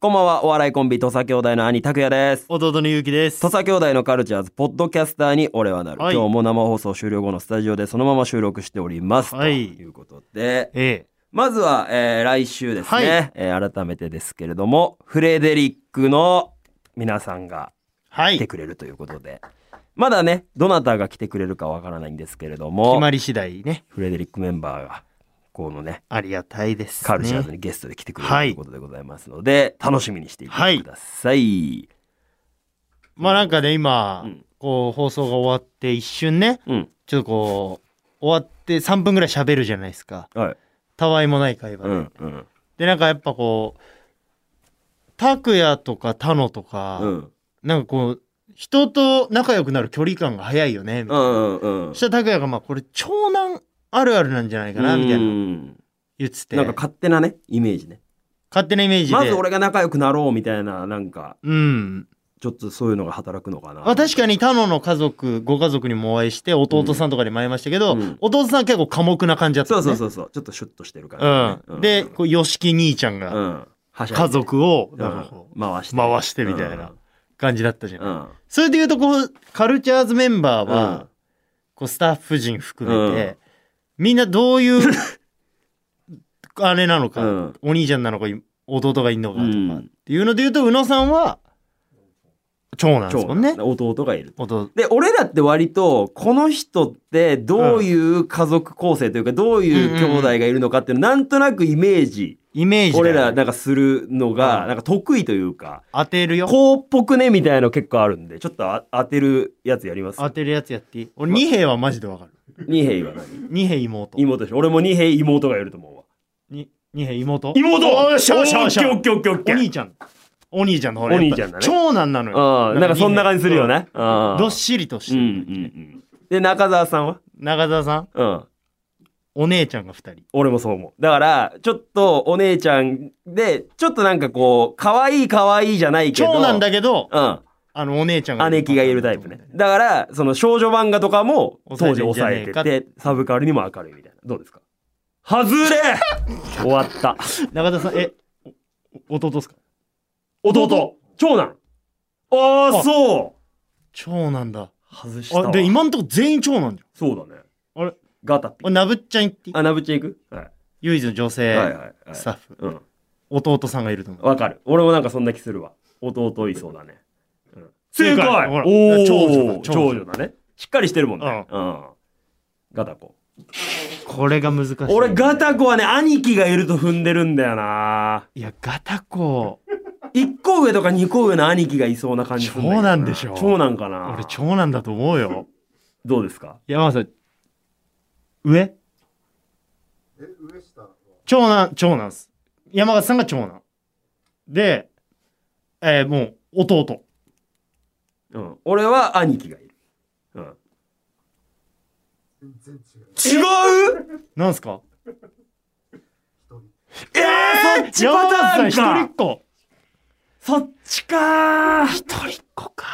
こんばんは、お笑いコンビ、土佐兄弟の兄、拓也です。弟のゆうきです土佐兄弟のカルチャーズ、ポッドキャスターに俺はなる。はい今日も生放送終了後のスタジオでそのまま収録しております。はいということで、えまずは、えー来週ですね、はいえー改めてですけれども、フレデリックの皆さんがは来いて決くれるということで、まだね、どなたが来てくれるかわからないんですけれども、まり次第ねフレデリックメンバーが、このね、ありがたいです、ね、カルチャーズにゲストで来てくれるとはいいうことでございますので、楽しみにしていてください。まあなんかね今、うんこう放送が終わって一瞬ねうん。ちょっとこう終わって3分ぐらい喋るじゃないですかはい。たわいもない会話うで、ん。うん。でなんかやっぱこう拓也とか田野とか、うん。なんかこう人と仲良くなる距離感が早いよねみたういな、ん。うん。そしたら拓也がまあこれ長男あるあるなんじゃないかなみたいな言っててなんか勝手なね、イメージね。勝手なイメージでまず俺が仲良くなろうみたいな、なんか、うんちょっとそういうのが働くのかな。まあ、確かに他野の家族ご家族にもお会いして弟さんとかにも会いましたけど、うん弟さん結構寡黙な感じだった、そね、うそうそうそう。ちょっとシュッとしてるから、うん、でこう吉木兄ちゃんうがん。はしゃいで家族をうんなんかこう回して。回してみたいな感じだったじゃん、うん。うん。それでいうとこうカルチャーズメンバーは、うんこうスタッフ陣含めて、うんみんなど ういうあれなのか、うんお兄ちゃんなのか弟がいんのかとか、うんっていうのでいうと宇野さんは長男ですもんね長男弟がいる。弟で、俺らって割と、この人ってどういう家族構成というか、どういう兄弟がいるのかっていうの、なんとなくイメージ、イメージだよね俺らなんかするのが、うんなんか得意というか、当てるよこうっぽくねみたいなの結構あるんで、ちょっとあ当てるやつやります当。てるやつやっていい俺二兵はマジでわかる二兵は何二兵妹妹でしょ俺も二兵妹がいると思うわ。に二兵妹妹おっしゃおっしゃおおっしゃオッケーオッケーオッケおーオッケ兄ちゃんお兄ちゃんの方ねお兄ちゃんだねやっぱ長男なのー。ようん、なんかそんな感じするよね。うん二兵どっしりとしうんてうる、んうん。で、中澤さんは長澤さんうん。お姉ちゃんが二人俺もそう思う。だから、ちょっとお姉ちゃんで、ちょっとなんかこう、可愛い可愛いじゃないけど。長男だけどうあのお姉ちゃんがん。姉貴がいるタイプね。だから、その少女漫画とかも当時抑抑ええてんじてゃねて、サブカルにも明るいみたいな。どうですか外れ終わった。長澤さんえおお弟ですか弟長男ああ、あそ長男だう外したわあで今んとこ全員長男じそうだね。ゃんあれガタピ俺。なぶっちゃん行っていいあ、ナブチェ行くは唯一のい。女はい性はいはい。スタッフうん。弟さんがいると思うわかる。俺もなんかそんな気するわ。弟いそうだね。うん正正解解ほらおー長女だ長長女女だね。しっかりしてるもんね。うん。ガタコ。これが難しい俺、ガタコはね、兄貴がいると踏んでるんだよないやガタコ1個上とか2個上の兄貴がいそうな感じする長男でしょ長男かな俺長男だと思うよどうですか山田さん上え上下長男長男っす山形さんが長男でえー、もう弟うん。俺は兄貴がいる。うん。全然違う。違うなんすかええー、そっち山パター形ンさん一人かっ子そっちかー一人っ子か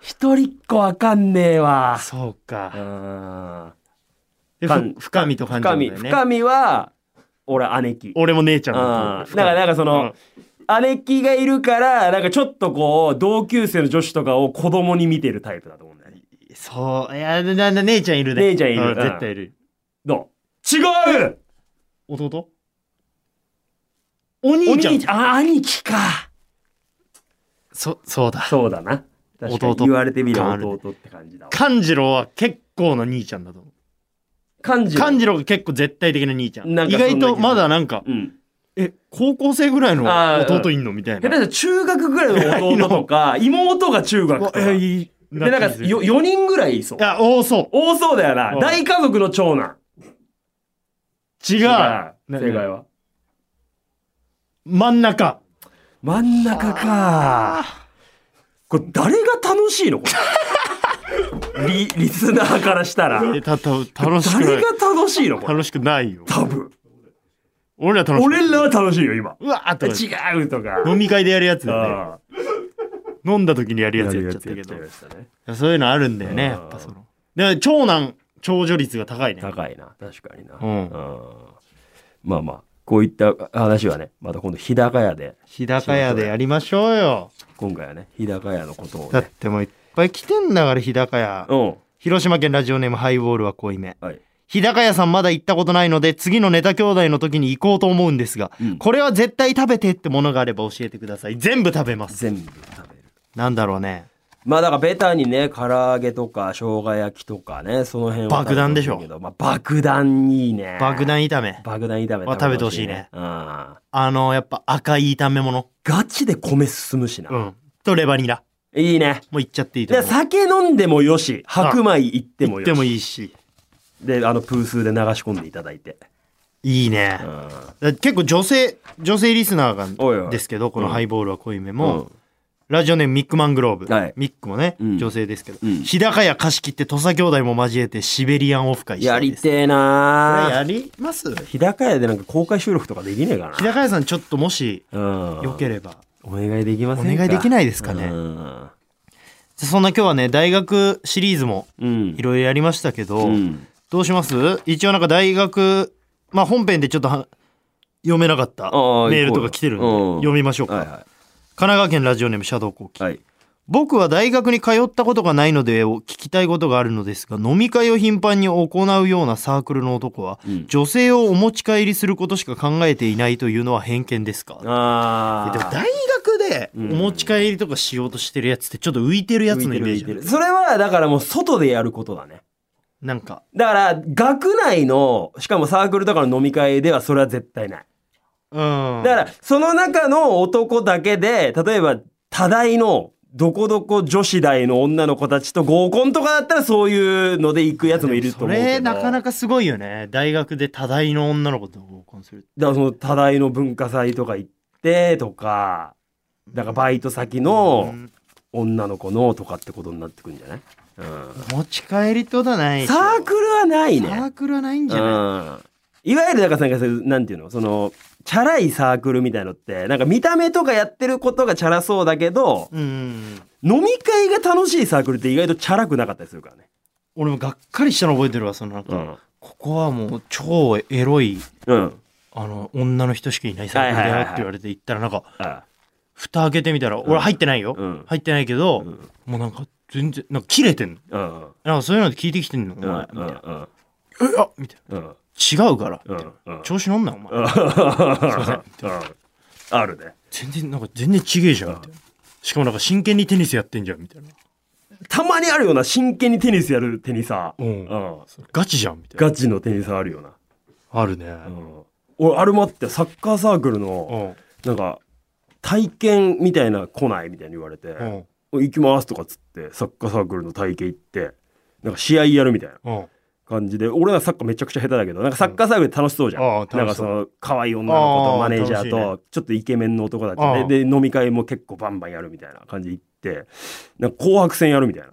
一人っ子わかんねえわ。そううかーん。でかんふ深みと感じ深るんだみ、よね深みは、俺姉貴。俺も姉ちゃんだと思ううんだからなんかその、姉貴がいるから、なんかちょっとこう、同級生の女子とかを子供に見てるタイプだと思うんだよね。うんそういやなな姉ちゃんいるね姉ちゃんいるううん絶対いるどう違う弟おお兄ちゃん兄ちゃん、あ、兄貴か。そそうだそうだな。確かに弟言われてみれば感あるね弟って感じだわ。勘次郎は結構な兄ちゃんだと思う。漢字。勘次郎が結構絶対的な兄ちゃん。なんかそ意んな気外とまだなんか、うん。え、高校生ぐらいのあー弟いんのみたい下手な。したら中学ぐらいの弟とか、妹が中学うわとか。えー、で、いい。なんか気づいよ4人ぐらいいそう。たあ、多そ多そうだよな。うん大家族の長男。う。違違う。うな正解は真ん中。真ん中かこれ誰が楽しいのこ れリリスナーからしたらえ、た、た、楽しくな誰いが。楽しいのこれ楽しくないよ。多分俺ら楽しくない。俺らは楽しいよ今うわーって楽しい違うとか飲み会でやるやつだね。あ飲んだ時にやるーややつやるっやちゃっつたやけっちどゃい。ましたねそういうのあるんだよね、うんやっぱその。で、長男、長女率が高いね。高いな確かになううんんまあまあこういった話はね、また今度日高屋で、日高屋でやりましょうよ。今回はね、日高屋のことをだっね。てもういっぱい来てんだから、日高屋。うん。広島県ラジオネームハイボールは濃いめ。はい。日高屋さんまだ行ったことないので、次のネタ兄弟の時に行こうと思うんですが、うんこれは絶対食べてってものがあれば教えてください。全部食べます。全部食べる。なんだろうね。まあだからベタにね、唐揚げとか生姜焼きとかね、その辺は食べてほいけどま爆弾でしあ爆弾いいね。爆弾炒め。爆弾炒めまあ食べてほしいねうん。あの、やっぱ赤い炒め物。ガチで米進むしな。うん。とレバニラ。いいね。もう行っちゃっていいとで思う。酒飲んでもよし、白米行っても行よってし。もいいし。で、あの、プースーで流し込んでいただいて。いいねう。ん。だ結構女性、女性リスナーおいおがいですけど、このうんハイボールは濃いめうも、んラジオネームミックマングローブ。はいミックもね、うん女性ですけど、うん日高屋貸し切って土佐兄弟も交えてシベリアンオフ会したやいりです。てえこれなやります日日高屋でなんか公開収録とかできねえかな。高屋さんちょっともし、うん。よければ。お願いできませんかお願いできないですかねうん。そんな今日はね、大学シリーズもうんい。ろいろやりましたけど、うんどうします一応なんか大学、まあ本編でちょっとは読めなかったメああールとか来てるんで、行こうようん読みましょうか。はいは神奈川県ラジオネームシャドウコウキい。はい。僕は大学に通ったことがないので聞きたいことがあるのですが飲み会を頻繁に行うようなサークルの男は、うん女性をお持ち帰りすることしか考えていないというのは偏見ですかあでもあ。大学でおん持ち帰りとかしようとしてるやつってちょっと浮いてるやつのイメージあるそれはだからもう外でやることだね。なんかだから学内の、しかもサークルとかの飲み会ではそれは絶対ない。うんだからその中の男だけで、例えば多大のどこどこ女子大の女の子たちと合コンとかだったらそういうので行くやつもいると思うけど。それなかなか。かすごいよね大学で多大の女の子と合コンするだからその多大の文化祭とか行ってとか、だからバイト先のうん女の子のとかってことになってくるんじゃないうん。お持ち帰りってことはないでしょサークルはないね。サークルはないんじゃない、うん、いわゆるだからなんかそういうなんていうのそのチャラいサークルみたいのってなんか見た目とかやってることがチャラそうだけどうん飲み会が楽しいサークルって意外とチャラくなかったりするからね。俺もがっかりしたの覚えてるわそのなんか、ここはもう超エロいうん。うん。あの女の人しかいないサークルだよはいはいはいっはいて言われて行ったらなんかあ蓋開けてみたら、俺入ってないよ、うん入ってないけうど、んもうなんか全然なんか切れてんのうん。なんかそういうの聞いてきてんのおうん。うん。うん。前、みたいなうん。えあみたいうん。な違うから、うん。調子乗んなお前、うんあるね。全然なんか全然ちげえじゃん、みたいなしかもなんか真剣にテニスやってんじゃんみたいな、たまにあるような真剣にテニスやるテニサー。うんうん。ガチじゃんみたいなガチのテニサーあるよな。あるね、うん。俺、あれもあって、サッカーサークルの、うんなんか、体験みたいな来ないみたいに言われて、うん行きますとかっつって、サッカーサークルの体験行って、なんか試合やるみたいなうん感じで、俺はサッカーめちゃくちゃ下手だけど、なんかサッカーサークル楽しそうじゃん。うんああ楽しそうなんかその、可愛い女の子あとあマネージャー楽と、ちょっとイケメンの男たああちで、で、飲み会も結構バンバンやるみたいな感じで行って、なんか紅白戦やるみたいな。うん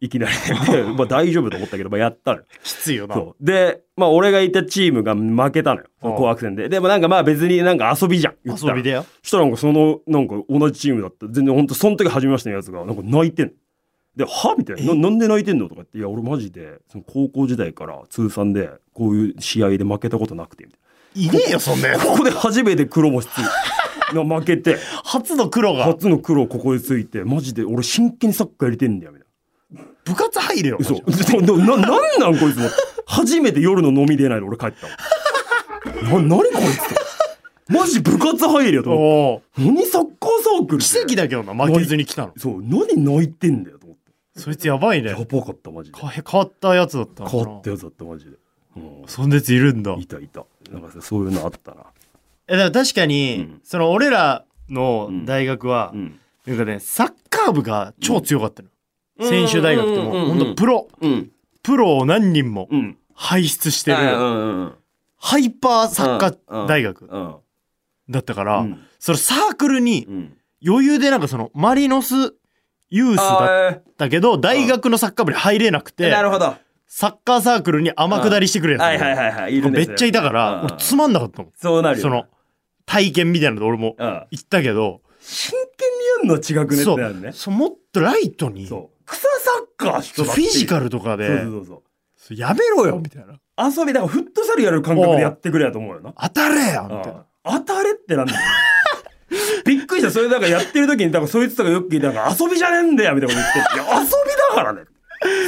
いきなり。で、まあ大丈夫と思ったけど、まあやったのよ。きついよなそう。で、まあ俺がいたチームが負けたのよ。その紅白戦で。でもなんかまあ別になんか遊びじゃん。言った遊らびでよしたらなんかそのなんか同じチームだった全然ほんとその時初めましてのやつがなんか泣いてんので「は?」みたいな「ななんで泣いてんの?」とか言って「いや俺マジでその高校時代から通算でこういう試合で負けたことなくて」みたいいねえよそんなやつなここで初めて黒星つい てな負けて初の黒が初の黒ここでついてマジで俺真剣にサッカーやりてんだよみたいな部活入れよ嘘そうなななんなんこいつも初めて夜の飲み出ないで俺帰ったのな何こいつマジ部活入れよと思っておお何サッカーサークル奇跡だけどな負けずに来たのそう、何泣いてんだよと思って。そいつやばいねやばかった、マジで。か変わったやつだったのか変なわったやつだった、マジで。うんそんなやついるんだいたいた。なんかそういうのあったな。えだから確かに、うんその俺らの大学は、ん。なんかねサッカー部が超強かったの、専修大学ってもうほんとプロうん。プロを何人もうん。輩出してうる、ん。ハイパーサッカー大学うん。だったから、うんそのサークルにうん。余裕でなんかそのマリノスユースだっあーたけど大学のサッカー部に入れなくて、なるほど。はサッカーサークルに天下りしてくれいやつはいはいはい。いるんめですっちゃいたからうん俺つまんなかったもんそうなるよ。その、体験みたいなので俺もうん。行ったけど真剣にやるのは違くねってそなるねう。そうもっとライトにそう。草サッカーしそうかフィジカルとかそうでそうそうそう。それやめろよみたいな遊びだからフットサルやる感覚でやってくれやと思うよな当たれよみたいあなあ当たれってなんだよ びっくりしたそれだからやってる時にだからそいつとかよく聞いてなんか遊びじゃねえんだよみたいなこと言っていや遊びだからね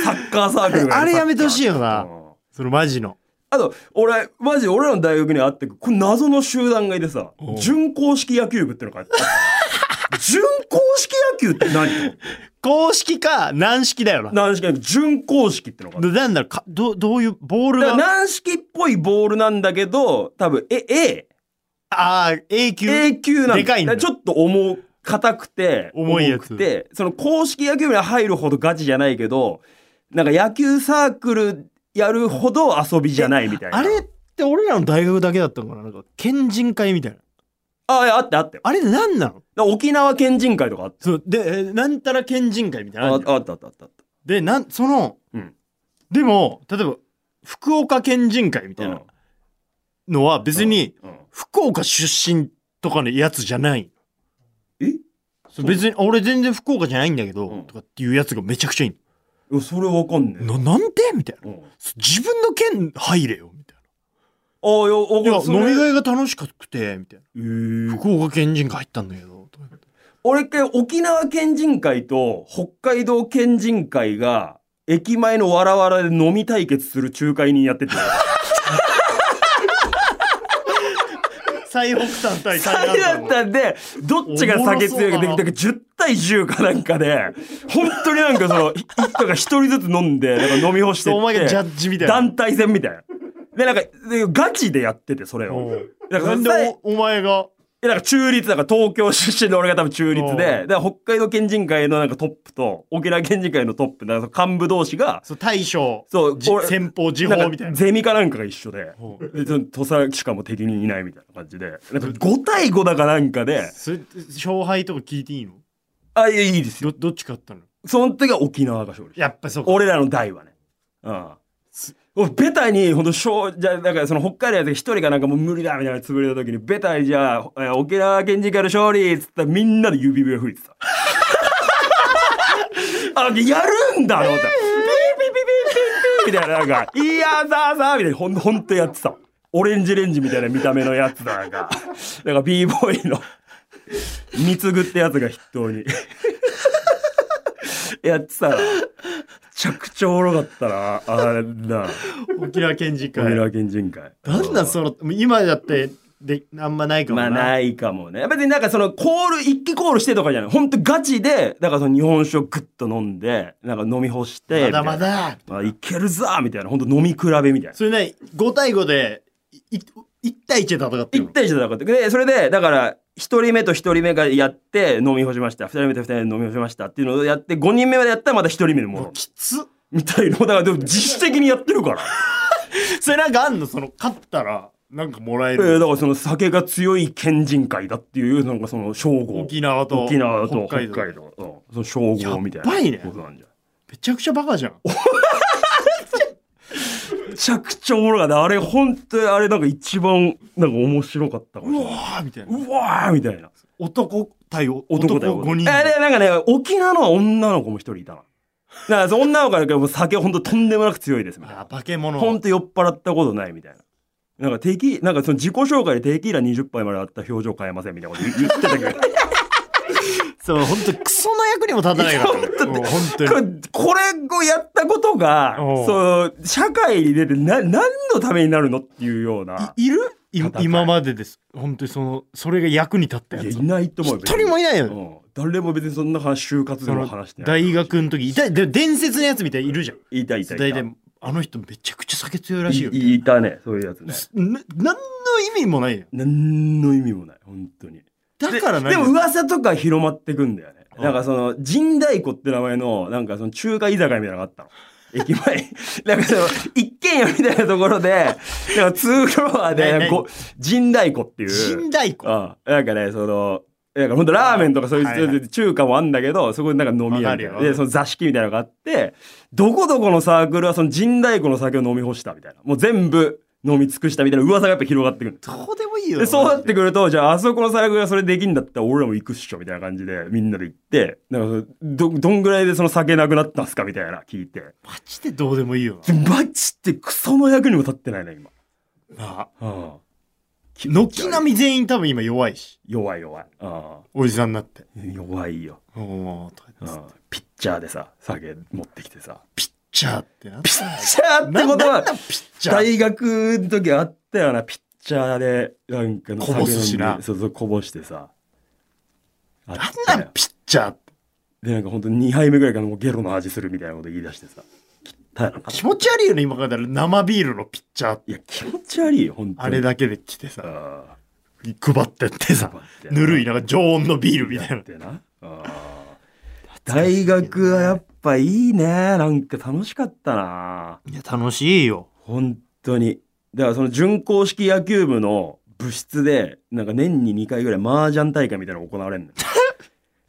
サッカーサークルがあれやめてほしいよよなそのマジのあと俺マジ俺らの大学にあってこれ謎の集団がいてさうん準公式野球部ってのがあ って準公式野球って何と思って公式か軟式だよな軟式野球準公式ってのがあってななんだろうかどどういうボールだからが軟式っぽいボールなんだけど多分え A ああ A 級 A 級なんでかいんだちょっと重硬くて重いやつ重くてその公式野球部に入るほどガチじゃないけどなんか野球サークルやるほど遊びじゃないみたいなあれって俺らの大学だけだったのかななんか県人会みたいなあいやあってあってあれなんなの沖縄県人会とかあってそうでえーなんたら県人会みたいなあのああっるじたゃんあったあったあったでなんその、うんでも例えば福岡県人会みたいなのは別にうんうん福岡出身とかのやつじゃないえそう別に俺全然福岡じゃないんだけど、うんとかっていうやつがめちゃくちゃいいのいやそれわかんねえななんでみたいなうん自分の県入れよみたいあいやわかんないやそれ飲み会が楽しくてみたいえーな福岡県人会入ったんだけどとか言って俺一回沖縄県人会と北海道県人会が駅前のわらわらで飲み対決する仲介人やってて最北端対あれだったんでどっちが酒強いかできたか10対10かなんかで本当になんかその一人が一人ずつ飲んでなんか飲み干してそうお前がジャってッジみたいな団体戦みたいな。でなんかでガチでやっててそれおを。うだからなんでおお前いがや、なんか中立、だから東京出身の俺が多分中立うで、だから北海道県人会のなんかトップと、沖縄県人会のトップ、だからその幹部同士が、そう大将そうじ俺先方時なん報かみたいなゼミかなんかが一緒で、おうで、その土佐しかも敵にいないみたいな感じで、なんか5対5だかなんかで、それ勝敗とか聞いていいのあ、いや、いいですよ。どどっち勝ったのその時は沖縄が勝利した。やっぱそうか俺らの代はね。うん。俺ベタに、ほんと、小じゃあ、だからその北海道やつが一人がなんかもう無理だみたいな潰れた時に、ベタにじゃあ、えー沖縄県人会の勝利っつったらみんなで指笛吹いて た。あ、やるんだと思った。ピーピーピーピーピーピーみたいな、なんか、いやざーざーみたいな、ほん、ほんとやってた。オレンジレンジみたいな見た目のやつだ、なんか。なんか、b ボーイの、三つぐってやつが筆頭に。やってたら、めちゃくちゃおもろかった な、あれな。沖縄県人沖会縄県人会。なんだその今だってであんまないかもまな、あないかもね。別になんかそのコール、一気コールしてとかじゃない。ほんとガチで、だからその日本酒をグッと飲んで、なんか飲み干して。まだまみだたいな。まあいけるぞーみたいな。ほんと飲み比べみたいな。それね5対5でい1対1で戦ってる一の対一で戦って。で、それで、だから、一人目と一人目がやって飲み干しました。二人目と二人目で飲み干しましたっていうのをやって、五人目までやったらまた一人目で戻る。きつっみたいな。だからでも自主的にやってるから。それなんかあんのその勝ったらなんかもら ええーる、だからその酒が強い県人会だっていう、なんかその称号。沖縄と沖縄と北北海海道道うんその称号みたいなやっばいねことなんじゃんめちゃくちゃバカじゃんめちゃくちゃおもろかったあれ本当にあれなんか一番なんか面白かったかうもしれわないーみたいなうわーみたいな男対男男だよ5人えでなんかね沖縄のは女の子も一人いたなだからその女の子だけどもう酒ほんととんでもなく強いですみたいなあー化け物ほんと酔っ払ったことないみたいななんかテキなんかその自己紹介でテキーラ20杯まであった表情変えませんみたいなこと言ってたけどそう本当クソの役にも立たないから本当本当こにれこれをやったことがおうその社会に出てな何のためになるのっていうようないいるい戦い今までです本当にそのそれが役に立ったいややついないと思うよ一人もいないよ、うん、誰も別にそんな話就活でそもの話してない大学の時いたで伝説のやつみたいにいるじゃんいたいたいた大体あの人めちゃくちゃ酒強いらしいよみたいないいたねそういうやつねすな何の意味もないよ何の意味もない本当にだからで何でも噂とか広まってくんだよねうんなんかその神代湖って名前のなんかその中華居酒屋みたいなのがあったの駅前 なんかその一軒家みたいなところでなんか2フロアないなでいこう神代湖っていう神代湖ああなんかねそのなんかほんとラーメンとかそういう、はいはいそういう中華もあんだけどそこでなんか飲み屋みたいわかなるよでその座敷みたいなのがあってどこどこのサークルはその神代湖の酒を飲み干したみたいなもう全部飲み尽くしたみたいな噂がやっぱ広がってくる。どうでもいいよで、そうなマっジてでくると、じゃあ、あそこのサークルがそれできんだったら、俺らも行くっしょ、みたいな感じで、みんなで行って、なんか、ど、どんぐらいでその酒なくなったんすかみたいな、聞いて。マジでどうでもいいよでマジってクソの役にも立ってないな、今。ななあうん軒並み全員多分今弱いし弱い弱い。うんおじさんになって弱いよ。おおとかう言ってんピッチャーでさ、酒持ってきてさ。ピッチャーってなピッチャーってことななはん、だピッチャー大学の時あったよな、ピッチャーで、なんかのこぼすしな酒飲んでそうそう、こぼしてさ。あっなたんよだ。ピッチャーってで、なんか本当に2杯目ぐらいからもうゲロの味するみたいなこと言い出してさ。汚いな気持ち悪いよね今から生ビールのピッチャーっていや、気持ち悪いよ、本当に。あれだけで来てさあ配ってってさー。ぬるいなんか常温のビールみたいやなってな。あー大学はやっぱいいね。なんか楽しかったな。いや楽しいよ本当に。だからその準公式野球部の部室で、なんか年に2回ぐらい麻雀大会みたいなの行われるの よ。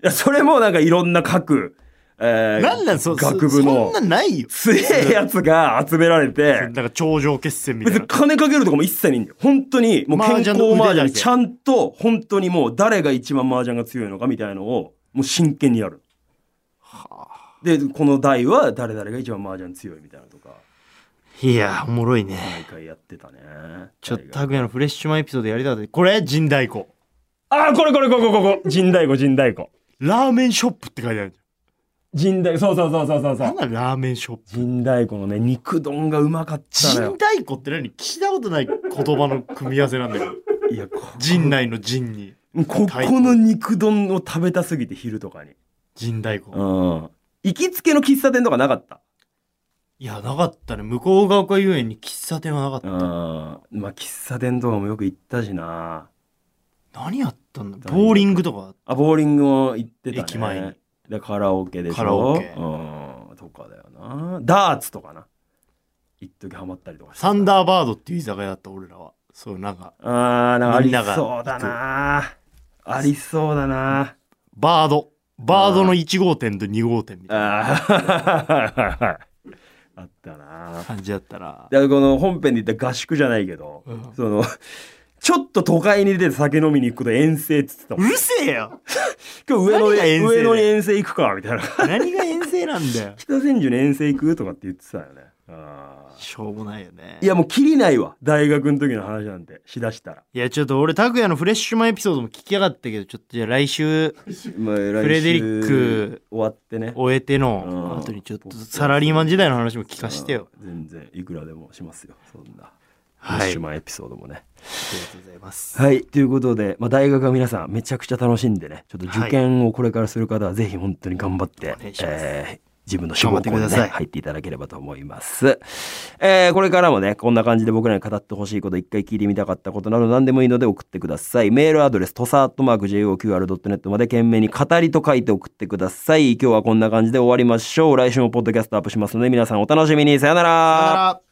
いや、それもなんかいろんな各、えーなんなんそ学部のそんなないよ強えやつが集められなんて、か頂上決戦みた別いにな金かけるとかも一切ないんだよ。本当に、もう健麻康雀の腕麻雀だけにちゃんと、本当にもう誰が一番麻雀が強いのかみたいなのを、もう真剣にやる。で、この代は誰々が一番麻雀強いみたいなのとか、いやおもろいね毎回やってたね。ちょっと拓也のフレッシュマンエピソードやりたいこれ神代湖あーこれこれこれこれこれ陣太鼓陣太鼓ラーメンショップって書いてある陣太鼓そうそうそうそうそうそなんうだラーメンショップ陣太鼓のね肉丼がうまかったの神よ代湖って何聞いたことない言葉の組み合わせなんだけど いやこ陣内の陣にここの肉丼を食べたすぎて昼とかに神代う湖ん行きつけの喫茶店とかなかったいやなかったね向こう側か遊園に喫茶店はなかっうたんまあ喫茶店とかもよく行ったしな何やったんだ何ボーリングとかあボーリングも行ってたね駅前にでカラオケでしょカラオケうんとかだよなダーツとかな一時ハマったりとかしてたサンダーバードっていう居酒屋だった俺らはそうなんかあーなんかあみんりながそうだなありそうだなバードバードの1号店と2号店みたいなあー あったな感じだったらでこの本編で言った合宿じゃないけど、うんそのちょっと都会に出て酒飲みに行くこと遠征っつってたもうんるせえよ今日上野何が遠へ征だよ上野に遠征行くかみたいな 何が遠征なんだよ北千住に遠征行くとかって言ってたよねあー しょうもないよねいやもう切りないわ大学の時の話なんてしだしたら、いやちょっと俺拓也のフレッシュマンエピソードも聞きやがったけどちょっとじゃあ来週まあ、フレデリック終わってね終えてうんの後にちょっとサラリーマン時代の話も聞かしてようん全然いくらでもしますよそんなはいフレッシュマンエピソードもねありがとうございますはい、ということで、まあ、大学は皆さんめちゃくちゃ楽しんでねちょっとは受い験をこれからする方はぜひ本当に頑張って、お願いしますえー自分の志望校に、頑張ね、ってください入っていただければと思います、えーこれからもねこんな感じで僕らに語ってほしいこと一回聞いてみたかったことなど何でもいいので送ってくださいメールアドレスとさーっとマーク JOQR.net まで懸命に語りと書いて送ってください今日はこんな感じで終わりましょう来週もポッドキャストアップしますので皆さんお楽しみにさよならさよなら